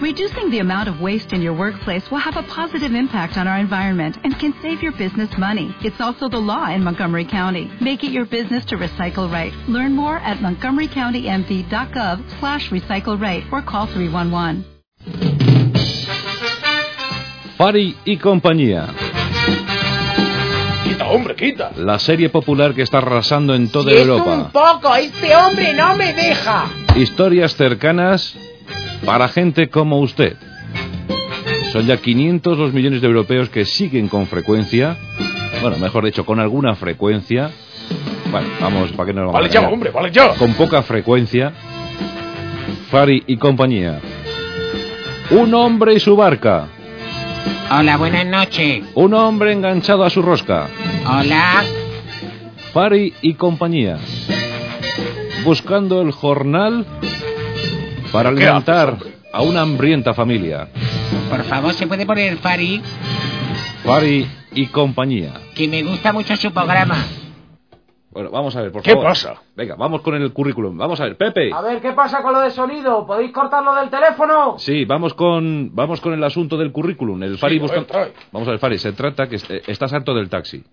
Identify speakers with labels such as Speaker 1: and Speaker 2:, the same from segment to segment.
Speaker 1: Reducing the amount of waste in your workplace will have a positive impact on our environment and can save your business money. It's also the law in Montgomery County. Make it your business to recycle right. Learn more at montgomerycountymd.gov slash recycle right or call 311.
Speaker 2: Fari y compañía,
Speaker 3: Quita, hombre, quita.
Speaker 2: la serie popular que está arrasando en toda
Speaker 4: Si es un
Speaker 2: Europa.
Speaker 4: poco, este hombre no me deja.
Speaker 2: Historias cercanas para gente como usted. Son ya 500 los millones de europeos que siguen con frecuencia, bueno, mejor dicho, con alguna frecuencia. Bueno, vamos, ¿para qué nos vamos a
Speaker 3: Vale ya,
Speaker 2: engañar?
Speaker 3: hombre, vale ya.
Speaker 2: con poca frecuencia, Fari y compañía. Un hombre y su barca.
Speaker 5: Hola, buenas noches.
Speaker 2: Un hombre enganchado a su rosca.
Speaker 5: Hola.
Speaker 2: Fari y compañía. Buscando el jornal para
Speaker 3: ¿Qué haces,
Speaker 2: alimentar
Speaker 3: hombre?
Speaker 2: a una hambrienta familia.
Speaker 5: Por favor, ¿se puede poner Fari?
Speaker 2: Fari y compañía.
Speaker 5: Que me gusta mucho su programa.
Speaker 2: Bueno, vamos a ver, por
Speaker 3: ¿Qué
Speaker 2: favor.
Speaker 3: pasa?
Speaker 2: Venga, vamos con el currículum. Vamos a ver, Pepe.
Speaker 4: A ver, ¿qué pasa con lo de sonido? ¿Podéis cortarlo del teléfono?
Speaker 2: Sí, vamos con, vamos con el asunto del currículum. El Fari
Speaker 3: a ver,
Speaker 2: busca-
Speaker 3: trae.
Speaker 2: Vamos a ver, Fari, se trata que est- eh, estás harto del taxi.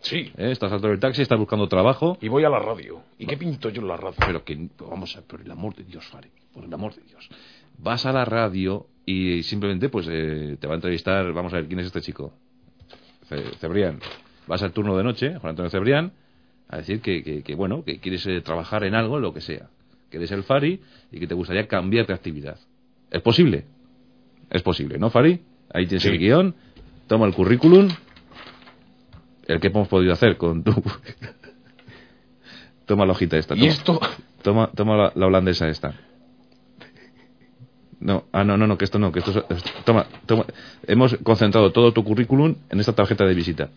Speaker 3: Sí,
Speaker 2: ¿eh? Estás harto del taxi, estás buscando trabajo.
Speaker 3: y voy a la radio. ¿Y qué pinto yo en la radio?
Speaker 2: Pero que, vamos a, por el amor de Dios, Fari, por el amor de Dios. Vas a la radio y simplemente, pues, eh, te va a entrevistar, vamos a ver, ¿quién es este chico? Ce- Cebrián. Vas al turno de noche, Juan Antonio Cebrián, a decir que, que- que, bueno, que quieres eh, trabajar en algo, lo que sea. Que eres el Fari y que te gustaría cambiar de actividad. ¿Es posible? Es posible, ¿no, Fari? Ahí tienes
Speaker 3: Sí.
Speaker 2: el guión, toma el currículum, el que hemos podido hacer con tu... toma la hojita esta.
Speaker 3: ¿Y
Speaker 2: toma.
Speaker 3: esto?
Speaker 2: Toma, toma la, la holandesa esta. No, ah, no, no, no, que esto no, que esto es- es- Toma, toma. Hemos concentrado todo tu currículum en esta tarjeta de visita.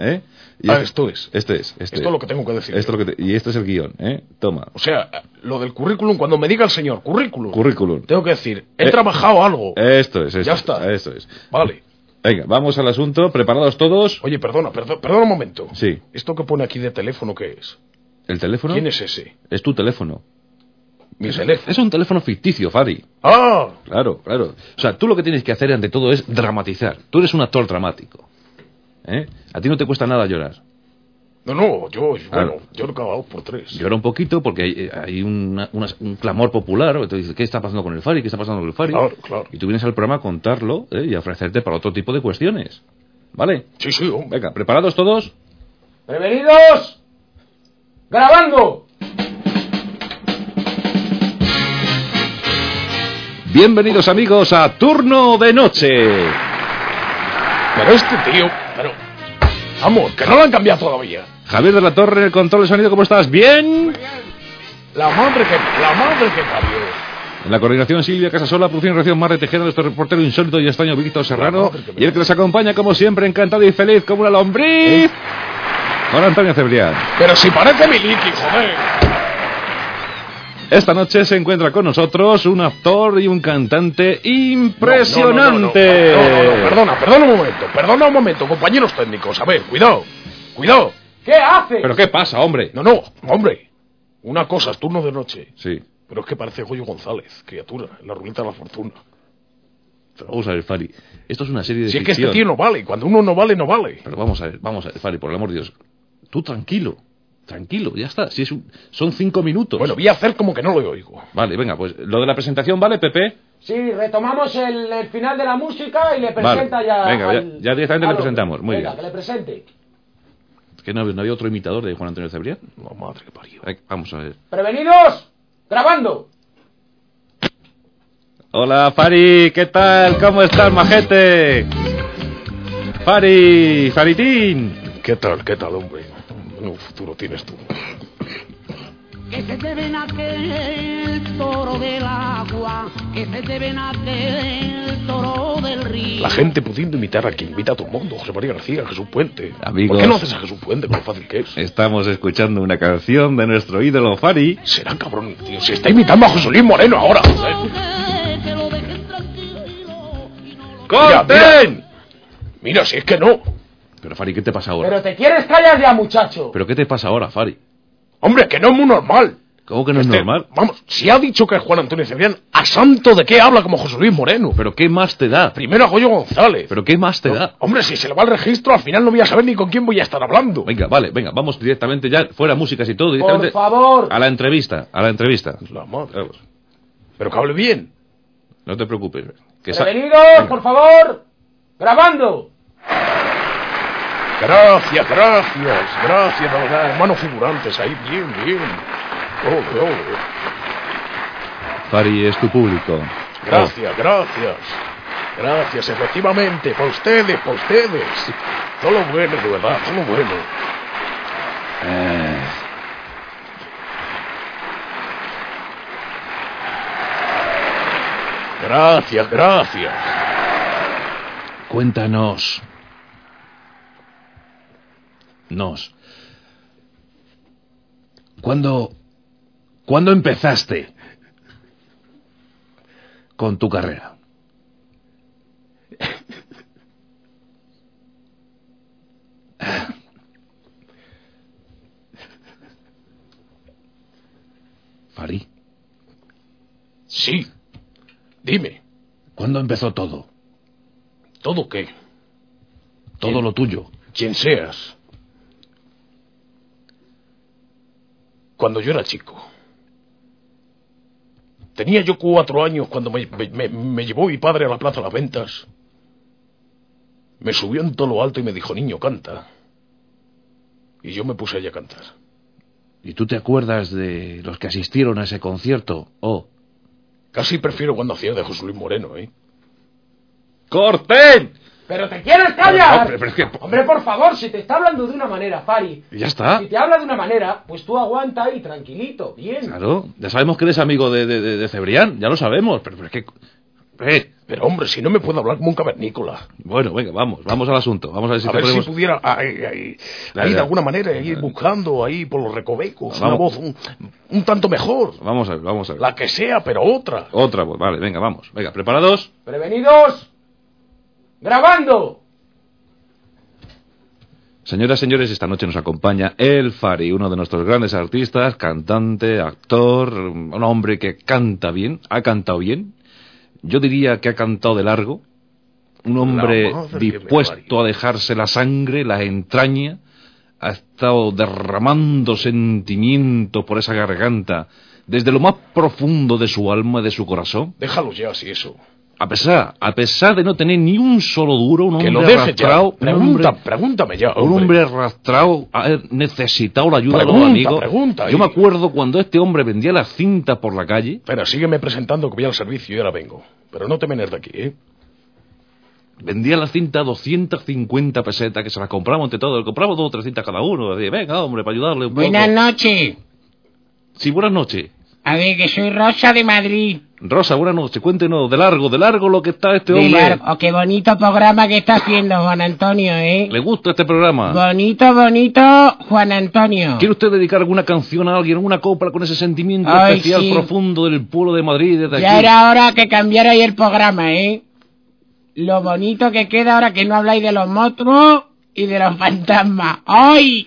Speaker 2: ¿Eh?
Speaker 3: Ah, esto es.
Speaker 2: Este es. Este
Speaker 3: Esto es lo que tengo que decir.
Speaker 2: Esto es lo que te- y este es el guión, ¿eh? Toma.
Speaker 3: O sea, lo del currículum, cuando me diga el señor, currículum,
Speaker 2: Currículum.
Speaker 3: tengo que decir, he
Speaker 2: Eh,
Speaker 3: trabajado algo.
Speaker 2: Esto es, esto,
Speaker 3: Ya está.
Speaker 2: Esto es.
Speaker 3: Vale.
Speaker 2: Venga, vamos al asunto. ¿Preparados todos?
Speaker 3: Oye, perdona, perdo- perdona un momento.
Speaker 2: Sí.
Speaker 3: ¿Esto que pone aquí de teléfono qué es?
Speaker 2: ¿El teléfono?
Speaker 3: ¿Quién es ese?
Speaker 2: Es tu teléfono.
Speaker 3: Mi teléfono.
Speaker 2: Es un teléfono ficticio, Fari.
Speaker 3: ¡Ah!
Speaker 2: Claro, claro. O sea, tú lo que tienes que hacer ante todo es dramatizar. Tú eres un actor dramático. ¿eh? A ti no te cuesta nada llorar.
Speaker 3: No, no, yo,
Speaker 2: Claro.
Speaker 3: bueno, yo lo he cagado por tres.
Speaker 2: Llora un poquito porque hay, eh, hay una- unas- un clamor popular. Te dices, ¿qué está pasando con el Fari? ¿Qué está pasando con el Fari?
Speaker 3: Claro, claro.
Speaker 2: Y tú vienes al programa a contarlo ¿eh? y a ofrecerte para otro tipo de cuestiones. ¿Vale?
Speaker 3: Sí, sí, hombre.
Speaker 2: Venga, ¿preparados todos?
Speaker 4: ¡Prevenidos! ¡Grabando!
Speaker 2: Bienvenidos amigos a Turno de Noche.
Speaker 3: Pero este tío, pero... Vamos, que no lo han cambiado todavía.
Speaker 2: Javier de la Torre en el control de sonido, ¿cómo estás? ¿Bien?
Speaker 3: La madre que... La madre que parió.
Speaker 2: En la coordinación Silvia Casasola, producción y reacción Mar de Tejera, nuestro reportero insólito y extraño Víctor Serrano, y el que les acompaña como siempre, encantado y feliz como una lombriz, Juan Antonio Cebrián.
Speaker 3: Pero si parece Miliki, joder.
Speaker 2: Esta noche se encuentra con nosotros un actor y un cantante impresionante.
Speaker 3: No, no, no, no, no, no, perdona, perdona un momento, perdona un momento, compañeros técnicos. A ver, cuidado, cuidado.
Speaker 4: ¿Qué hace?
Speaker 2: ¿Pero qué pasa, hombre?
Speaker 3: No, no, hombre. Una cosa es turno de noche,
Speaker 2: Sí,
Speaker 3: pero es que parece Goyo González, criatura, en la ruleta de la fortuna.
Speaker 2: pero vamos a ver, Fari. Esto es una serie de
Speaker 3: Si es que este
Speaker 2: ficción.
Speaker 3: tío no vale, cuando uno no vale, no vale.
Speaker 2: Pero vamos a ver, vamos a ver, Fari, por el amor de Dios. Tú tranquilo, tranquilo, ya está. Si es un- Son cinco minutos.
Speaker 3: Bueno, voy a hacer como que no lo oigo.
Speaker 2: Vale, venga, pues lo de la presentación, ¿vale, Pepe?
Speaker 4: Sí, retomamos el, el final de la música y le presenta
Speaker 2: Vale,
Speaker 4: ya.
Speaker 2: venga,
Speaker 4: al-
Speaker 2: ya- ya directamente
Speaker 4: al
Speaker 2: le
Speaker 4: otro.
Speaker 2: presentamos, muy
Speaker 4: Venga,
Speaker 2: bien.
Speaker 4: que le presente.
Speaker 2: Que no, había- no había otro imitador de Juan Antonio Cebrián.
Speaker 3: La madre que parió.
Speaker 2: Ay, Vamos a ver.
Speaker 4: ¡Prevenidos! ¡Grabando!
Speaker 2: Hola, Fari, ¿qué tal? ¿Cómo estás, majete? Fari, Faritín.
Speaker 3: ¿Qué tal, qué tal, hombre? Un futuro tienes tú.
Speaker 6: que se te ven aquel toro del agua, que se te ven aquel toro del río.
Speaker 3: La gente pudiendo imitar a quien imita a todo el mundo. José María García, Jesús Puente.
Speaker 2: Amigos.
Speaker 3: ¿Por qué no haces a Jesús Puente con lo fácil que es?
Speaker 2: Estamos escuchando una canción de nuestro ídolo Fari.
Speaker 3: Será cabrón, tío. Se está imitando a José Luis Moreno ahora, joder.
Speaker 6: Que- que lo dejes tranquilo y no lo-
Speaker 2: ¡Corten!
Speaker 3: Mira, si es que no.
Speaker 2: Pero, Fari, ¿qué te pasa ahora?
Speaker 4: Pero te quieres callar ya, muchacho.
Speaker 2: ¿Pero qué te pasa ahora, Fari?
Speaker 3: Hombre, que no es muy normal.
Speaker 2: ¿Cómo que no
Speaker 3: Este,
Speaker 2: es normal?
Speaker 3: Vamos, si ha dicho que es Juan Antonio Cebrián, ¿a santo de qué habla como José Luis Moreno?
Speaker 2: ¿Pero qué más te da?
Speaker 3: Primero a Goyo González.
Speaker 2: ¿Pero qué más te da?
Speaker 3: Hombre, si se le va el registro, al final no voy a saber ni con quién voy a estar hablando.
Speaker 2: Venga, vale, venga, vamos directamente ya, fuera músicas y todo,
Speaker 4: Por
Speaker 2: directamente
Speaker 4: favor.
Speaker 2: a la entrevista, a la entrevista.
Speaker 3: La madre.
Speaker 2: Vamos,
Speaker 3: Pero que hable bien.
Speaker 2: no te preocupes. Que sa-
Speaker 4: Prevenidos, por favor. Grabando.
Speaker 3: Gracias, gracias, gracias, de verdad, hermanos figurantes, ahí, bien, bien. Oh, Ole, ole.
Speaker 2: Fari es tu público.
Speaker 3: Gracias, gracias. Gracias, efectivamente, por ustedes, por ustedes. Todo lo bueno, de verdad, todo lo bueno.
Speaker 2: Eh,
Speaker 3: Gracias, gracias.
Speaker 2: cuéntanos. Nos. ¿Cuándo. ¿Cuándo empezaste? Con tu carrera. Fari,
Speaker 3: Sí. Dime,
Speaker 2: ¿cuándo empezó todo?
Speaker 3: ¿todo qué?
Speaker 2: Todo lo tuyo.
Speaker 3: Quien seas. Cuando yo era chico. Tenía yo cuatro años cuando me, me- me- me llevó mi padre a la plaza de las ventas. Me subió en todo lo alto y me dijo, niño, canta. Y yo me puse allí a cantar.
Speaker 2: ¿Y tú te acuerdas de los que asistieron a ese concierto? Oh.
Speaker 3: Casi prefiero cuando hacía de José Luis Moreno, ¿eh?
Speaker 2: ¡Corten!
Speaker 4: Pero te quieres
Speaker 2: Pero,
Speaker 4: callar.
Speaker 2: hombre, pero es que-
Speaker 4: Hombre, por favor, si te está hablando de una manera, Fari.
Speaker 2: Y ya está.
Speaker 4: Si te habla de una manera, pues tú aguanta ahí, tranquilito, bien.
Speaker 2: Claro, ya sabemos que eres amigo de, de, de- de Cebrián, ya lo sabemos, pero, pero es que... Eh,
Speaker 3: Pero hombre, si no me puedo hablar como un cavernícola.
Speaker 2: bueno, venga, vamos, vamos al asunto. Vamos a ver si
Speaker 3: a
Speaker 2: te
Speaker 3: ver
Speaker 2: podemos...
Speaker 3: si pudiera ahí, ahí,
Speaker 2: Ya,
Speaker 3: ahí
Speaker 2: ya. Ah,
Speaker 3: de alguna manera ir buscando ahí por los recovecos una
Speaker 2: Vamos.
Speaker 3: voz un, un tanto mejor.
Speaker 2: Vamos a ver, vamos a ver.
Speaker 3: La que sea, pero otra.
Speaker 2: Otra, pues, vale, venga, vamos. Venga, ¿preparados?
Speaker 4: Prevenidos. Grabando.
Speaker 2: Señoras, señores, esta noche nos acompaña El Fari, uno de nuestros grandes artistas, cantante, actor, un hombre que canta bien, ha cantado bien. Yo diría que ha cantado de largo. Un hombre
Speaker 3: La madre que me
Speaker 2: dispuesto
Speaker 3: parió.
Speaker 2: a dejarse la sangre, la entraña. Ha estado derramando sentimientos por esa garganta, desde lo más profundo de su alma, de su corazón.
Speaker 3: Déjalo ya, si eso.
Speaker 2: A pesar, a pesar de no tener ni un solo duro, un hombre
Speaker 3: Que lo deje ya.
Speaker 2: arrastrado, un hombre-
Speaker 3: Pregunta, pregúntame ya.
Speaker 2: un
Speaker 3: hombre.
Speaker 2: hombre arrastrado ha necesitado la ayuda de los
Speaker 3: Pregunta,
Speaker 2: amigos.
Speaker 3: pregunta,
Speaker 2: Yo me
Speaker 3: y-
Speaker 2: acuerdo cuando este hombre vendía la cinta por la calle.
Speaker 3: Espera, sígueme presentando que voy al servicio y ahora vengo. Pero no te menes de aquí, ¿eh?
Speaker 2: Vendía la cinta a 250 pesetas, que se las compramos entre todos. Compramos dos o tres cintas cada uno. Decía, venga, hombre, para ayudarle un
Speaker 5: Buenas
Speaker 2: poco.
Speaker 5: noches.
Speaker 2: Sí, buenas noches.
Speaker 5: A ver, que soy Rosa de Madrid.
Speaker 2: Rosa, buenas noches. Cuéntenos, de largo, de largo lo que está este
Speaker 5: De
Speaker 2: hombre.
Speaker 5: largo. oh, qué bonito programa que está haciendo Juan Antonio, ¿eh?
Speaker 2: ¿Le gusta este programa?
Speaker 5: Bonito, bonito Juan Antonio.
Speaker 2: ¿Quiere usted dedicar alguna canción a alguien, alguna copla con ese sentimiento
Speaker 5: Ay,
Speaker 2: especial
Speaker 5: sí.
Speaker 2: profundo del pueblo de Madrid desde
Speaker 5: Ya
Speaker 2: aquí?
Speaker 5: era hora que cambiarais el programa, ¿eh? Lo bonito que queda ahora que no habláis de los monstruos y de los fantasmas. ¡Hoy!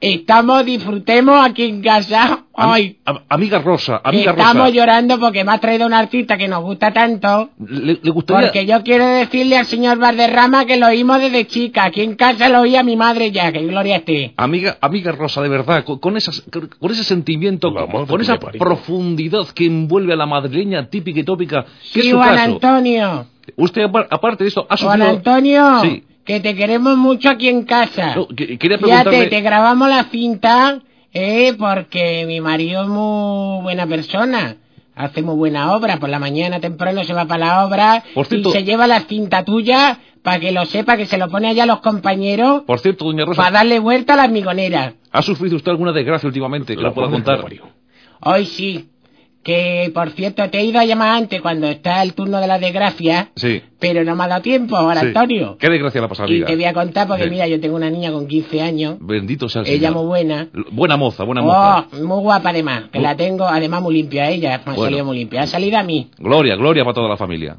Speaker 5: Estamos, disfrutemos aquí en casa.
Speaker 2: Am-
Speaker 5: ¡Hoy!
Speaker 2: am- amiga Rosa, amiga
Speaker 5: Estamos
Speaker 2: Rosa.
Speaker 5: llorando porque me ha traído un artista que nos gusta tanto.
Speaker 2: Le, le gustaría...
Speaker 5: Porque yo quiero decirle al señor Valderrama que lo oímos desde chica. Aquí en casa lo oía mi madre ya, que gloria esté.
Speaker 2: Amiga, amiga Rosa, de verdad, con, con esas- con- con ese sentimiento,
Speaker 3: La
Speaker 2: con-
Speaker 3: madre
Speaker 2: con
Speaker 3: que
Speaker 2: esa
Speaker 3: me parió.
Speaker 2: profundidad que envuelve a la madrileña típica y tópica, que es
Speaker 5: Sí,
Speaker 2: su
Speaker 5: Juan
Speaker 2: caso.
Speaker 5: Antonio.
Speaker 2: Usted, apar- aparte de eso, ha
Speaker 5: Juan
Speaker 2: sufrido...
Speaker 5: Antonio.
Speaker 2: Sí.
Speaker 5: Que te queremos mucho aquí en casa.
Speaker 2: No, que- quería
Speaker 5: Fíjate,
Speaker 2: preguntarle...
Speaker 5: te grabamos la cinta eh, porque mi marido es muy buena persona. Hace muy buena obra. Por la mañana temprano se va para la obra
Speaker 2: Por cierto-
Speaker 5: y se lleva la cinta tuya para que lo sepa, que se lo pone allá a los compañeros
Speaker 2: Por cierto, doña Rosa,
Speaker 5: para darle vuelta a la hormigonera.
Speaker 2: ¿ha sufrido usted alguna desgracia últimamente que
Speaker 3: La
Speaker 2: lo pueda
Speaker 3: madre que
Speaker 2: contar?
Speaker 3: me parió.
Speaker 5: Hoy sí. Que, por cierto, te he ido a llamar antes cuando está el turno de la desgracia,
Speaker 2: Sí.
Speaker 5: pero no me ha dado tiempo, Juan
Speaker 2: sí.
Speaker 5: Antonio.
Speaker 2: ¿Qué desgracia la pasada
Speaker 5: Y te voy a contar porque,
Speaker 2: Sí.
Speaker 5: mira, yo tengo una niña con 15 años,
Speaker 2: Bendito sea el
Speaker 5: ella
Speaker 2: Señor.
Speaker 5: muy buena.
Speaker 2: L- Buena moza, buena moza.
Speaker 5: Oh, muy guapa además, que
Speaker 2: Muy-
Speaker 5: la tengo además muy limpia ella, me ha
Speaker 2: Uh. Bueno.
Speaker 5: salido muy limpia, ha salido a mí.
Speaker 2: Gloria, gloria para toda la familia.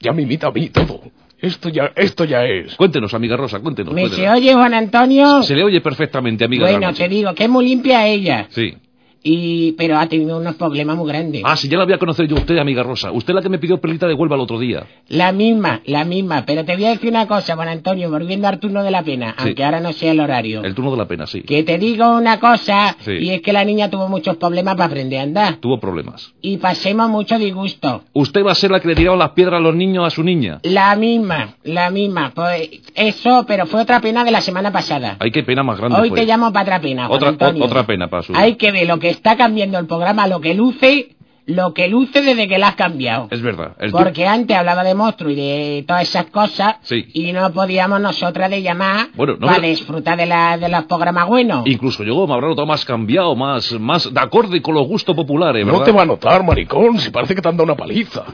Speaker 3: Ya me imita a mí todo. Esto ya, esto ya es.
Speaker 2: Cuéntenos, amiga Rosa, cuéntenos.
Speaker 5: ¿Me se
Speaker 2: cuéntenos.
Speaker 5: oye Juan Antonio?
Speaker 2: Se le oye perfectamente, amiga de la
Speaker 5: bueno,
Speaker 2: noche.
Speaker 5: te digo, que es muy limpia ella.
Speaker 2: Sí.
Speaker 5: Y, pero ha tenido unos problemas muy grandes.
Speaker 2: Ah, si ya la voy a conocer yo a usted, amiga Rosa. Usted es la que me pidió perlita de Huelva el otro día.
Speaker 5: La misma, la misma. Pero te voy a decir una cosa, Juan Antonio, volviendo al turno de la pena,
Speaker 2: Sí.
Speaker 5: aunque ahora no sea el horario.
Speaker 2: El turno de la pena, sí.
Speaker 5: Que te digo una cosa,
Speaker 2: Sí.
Speaker 5: y es que la niña tuvo muchos problemas para aprender a andar.
Speaker 2: Tuvo problemas.
Speaker 5: Y pasemos mucho disgusto.
Speaker 2: Usted va a ser la que le tiraba las piedras a los niños a su niña.
Speaker 5: La misma, la misma. Pues eso, pero fue otra pena de la semana pasada.
Speaker 2: Ay, qué pena más grande
Speaker 5: Hoy
Speaker 2: fue.
Speaker 5: te llamo para otra pena. Juan
Speaker 2: Otra-
Speaker 5: Antonio.
Speaker 2: o- otra pena para su-
Speaker 5: Hay que ver lo que está cambiando el programa, lo que luce, lo que luce desde que la has cambiado.
Speaker 2: Es verdad. El tur-
Speaker 5: Porque antes hablaba de monstruos y de todas esas cosas
Speaker 2: Sí.
Speaker 5: y no podíamos nosotras de llamar
Speaker 2: Bueno, no
Speaker 5: para
Speaker 2: me-
Speaker 5: disfrutar de, la, de los programas buenos.
Speaker 2: Incluso yo me habrá notado más cambiado, más, más de acorde con los gustos populares, ¿verdad?
Speaker 3: No te va a notar, maricón, si parece que te han dado una paliza.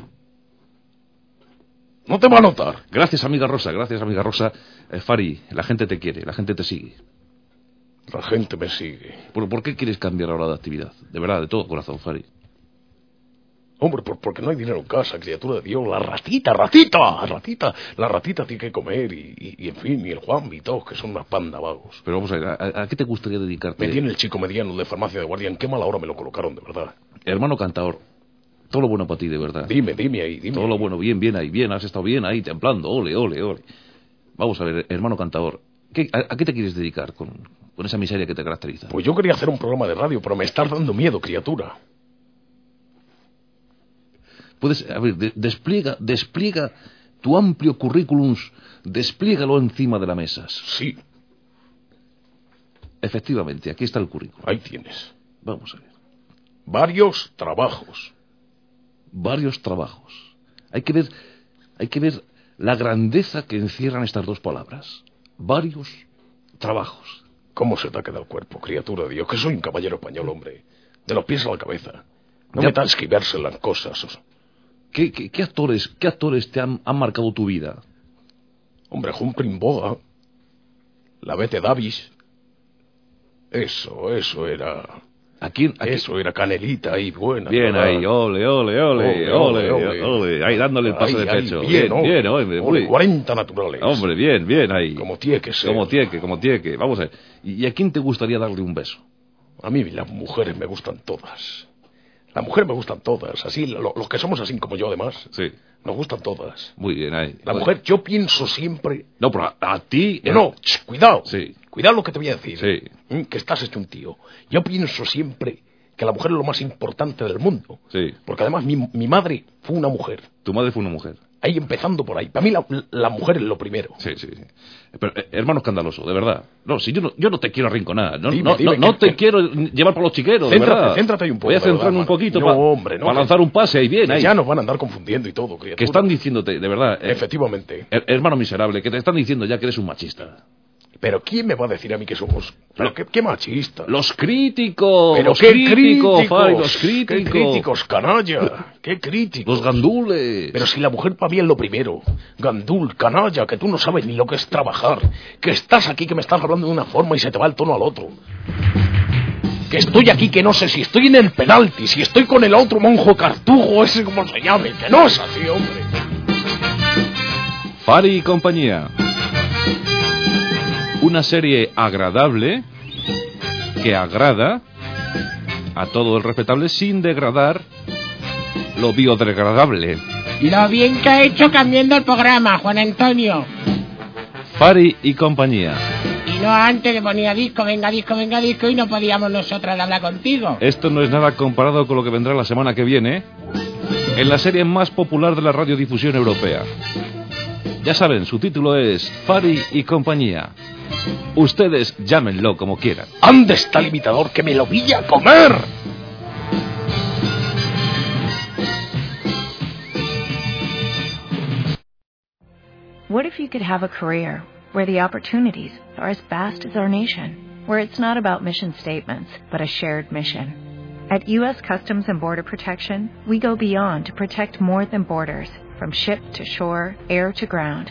Speaker 3: No te va a notar.
Speaker 2: Gracias, amiga Rosa, gracias, amiga Rosa. Eh, Fari, la gente te quiere, la gente te sigue.
Speaker 3: La gente me sigue.
Speaker 2: ¿Por, por qué quieres cambiar ahora de actividad? De verdad, de todo corazón, Fari.
Speaker 3: Hombre, por- porque no hay dinero en casa, criatura de Dios. La ratita, ratita, ratita. La ratita tiene que comer y, y- y, en fin, y el Juan y todos, que son unas panda vagos.
Speaker 2: Pero vamos a ver, ¿a, a- a qué te gustaría dedicarte?
Speaker 3: Me tiene el chico mediano de farmacia de guardia. En qué mala hora me lo colocaron, de verdad.
Speaker 2: Hermano cantador, todo lo bueno para ti, de verdad.
Speaker 3: Dime, dime ahí, dime.
Speaker 2: Ah. Todo lo bueno, bien, bien ahí, bien, has estado bien ahí, templando, ole, ole, ole. Vamos a ver, hermano cantador, ¿qué- a, a qué te quieres dedicar con, con esa miseria que te caracteriza?
Speaker 3: Pues yo quería hacer un programa de radio, pero me estás dando miedo, criatura.
Speaker 2: Puedes, a ver, de- despliega, despliega tu amplio currículum, despliégalo encima de la mesa.
Speaker 3: Sí,
Speaker 2: Efectivamente, aquí está el currículum.
Speaker 3: ahí tienes.
Speaker 2: Vamos a ver.
Speaker 3: Varios trabajos.
Speaker 2: Varios trabajos. Hay que ver, hay que ver la grandeza que encierran estas dos palabras. Varios trabajos.
Speaker 3: ¿Cómo se te ha quedado el cuerpo, criatura de Dios? Que soy un caballero español, hombre. De los pies a la cabeza. No
Speaker 2: Ya-
Speaker 3: me da esquivarse las cosas.
Speaker 2: ¿Qué, qué- qué actores, qué actores te han, han marcado tu vida?
Speaker 3: Hombre, Humphrey Boga. La Bete Davis. Eso, eso era.
Speaker 2: ¿A quién? a quién-
Speaker 3: Eso era canelita y buena.
Speaker 2: Bien
Speaker 3: ¿verdad?
Speaker 2: ahí, ole, ole, ole,
Speaker 3: Ole,
Speaker 2: ole,
Speaker 3: ole,
Speaker 2: ole,
Speaker 3: ole.
Speaker 2: Ahí dándole el paso
Speaker 3: Ahí,
Speaker 2: de
Speaker 3: ahí,
Speaker 2: pecho.
Speaker 3: bien,
Speaker 2: bien, bien, hombre.
Speaker 3: hombre,
Speaker 2: muy-
Speaker 3: 40 naturales.
Speaker 2: hombre, bien, bien ahí.
Speaker 3: Como tiene que ser.
Speaker 2: Como eh. tieque, como tieque. Vamos a ver. ¿Y y a quién te gustaría darle un beso?
Speaker 3: A mí las mujeres me gustan todas. Las mujeres me gustan todas. Así, lo- los que somos así como yo, además.
Speaker 2: Sí.
Speaker 3: Nos gustan todas.
Speaker 2: Muy bien ahí.
Speaker 3: La
Speaker 2: Bueno.
Speaker 3: mujer, yo pienso siempre
Speaker 2: No, pero a, a ti.
Speaker 3: Eh, no, ch, cuidado.
Speaker 2: Sí.
Speaker 3: Cuidado lo que te voy a decir.
Speaker 2: Sí.
Speaker 3: Mm, Que estás hecho un tío. Yo pienso siempre que la mujer es lo más importante del mundo.
Speaker 2: Sí.
Speaker 3: Porque además mi, mi madre fue una mujer.
Speaker 2: Tu madre fue una mujer.
Speaker 3: Ahí empezando por ahí. Para mí la, la mujer es lo primero.
Speaker 2: Sí, sí. sí. Pero, eh, hermano escandaloso, de verdad. No, si yo no, yo no te quiero arrinconar. No,
Speaker 3: Dime,
Speaker 2: no,
Speaker 3: dime,
Speaker 2: no, no
Speaker 3: que-
Speaker 2: te
Speaker 3: que-
Speaker 2: quiero llevar por los chiqueros, de
Speaker 3: Céntrate,
Speaker 2: verdad.
Speaker 3: céntrate ahí un poco,
Speaker 2: Voy a
Speaker 3: de verdad,
Speaker 2: centrarme un
Speaker 3: mano.
Speaker 2: poquito
Speaker 3: No,
Speaker 2: para
Speaker 3: hombre, no, que-
Speaker 2: lanzar un pase ahí bien.
Speaker 3: Que
Speaker 2: Ahí.
Speaker 3: Ya nos van a andar confundiendo y todo, criatura.
Speaker 2: Que están diciéndote, de verdad. eh,
Speaker 3: Efectivamente.
Speaker 2: her- hermano miserable, que te están diciendo ya que eres un machista.
Speaker 3: Pero ¿quién me va a decir a mí que somos... Pero qué, qué machista.
Speaker 2: Los críticos.
Speaker 3: Pero
Speaker 2: los
Speaker 3: qué
Speaker 2: críticos,
Speaker 3: críticos,
Speaker 2: Fari, los
Speaker 3: Qué
Speaker 2: críticos.
Speaker 3: críticos, canalla. Qué críticos.
Speaker 2: Los gandules.
Speaker 3: Pero si la mujer para mí es lo primero. Gandul, canalla, que tú no sabes ni lo que es trabajar. Que estás aquí, que me estás hablando de una forma y se te va el tono al otro. Que estoy aquí, que no sé si estoy en el penalti, si estoy con el otro monjo cartujo, ese como se llame. Que no es así, hombre.
Speaker 2: Fari y compañía. Una serie agradable que agrada a todo el respetable sin degradar lo biodegradable.
Speaker 5: Lo bien que ha hecho cambiando el programa, Juan Antonio.
Speaker 2: Fari y compañía.
Speaker 5: Y no antes le ponía disco, venga disco, venga disco y no podíamos nosotras hablar contigo.
Speaker 2: Esto no es nada comparado con lo que vendrá la semana que viene en la serie más popular de la radiodifusión europea. Ya saben, su título es Fari y compañía. Ustedes llámenlo como quieran.
Speaker 3: ¿Dónde está el imitador que me lo pilla a comer?
Speaker 7: What if you could have a career where the opportunities are as vast as our nation, where it's not about mission statements, but a shared mission? At U.S. Customs and Border Protection, we go beyond to protect more than borders from ship to shore, air to ground,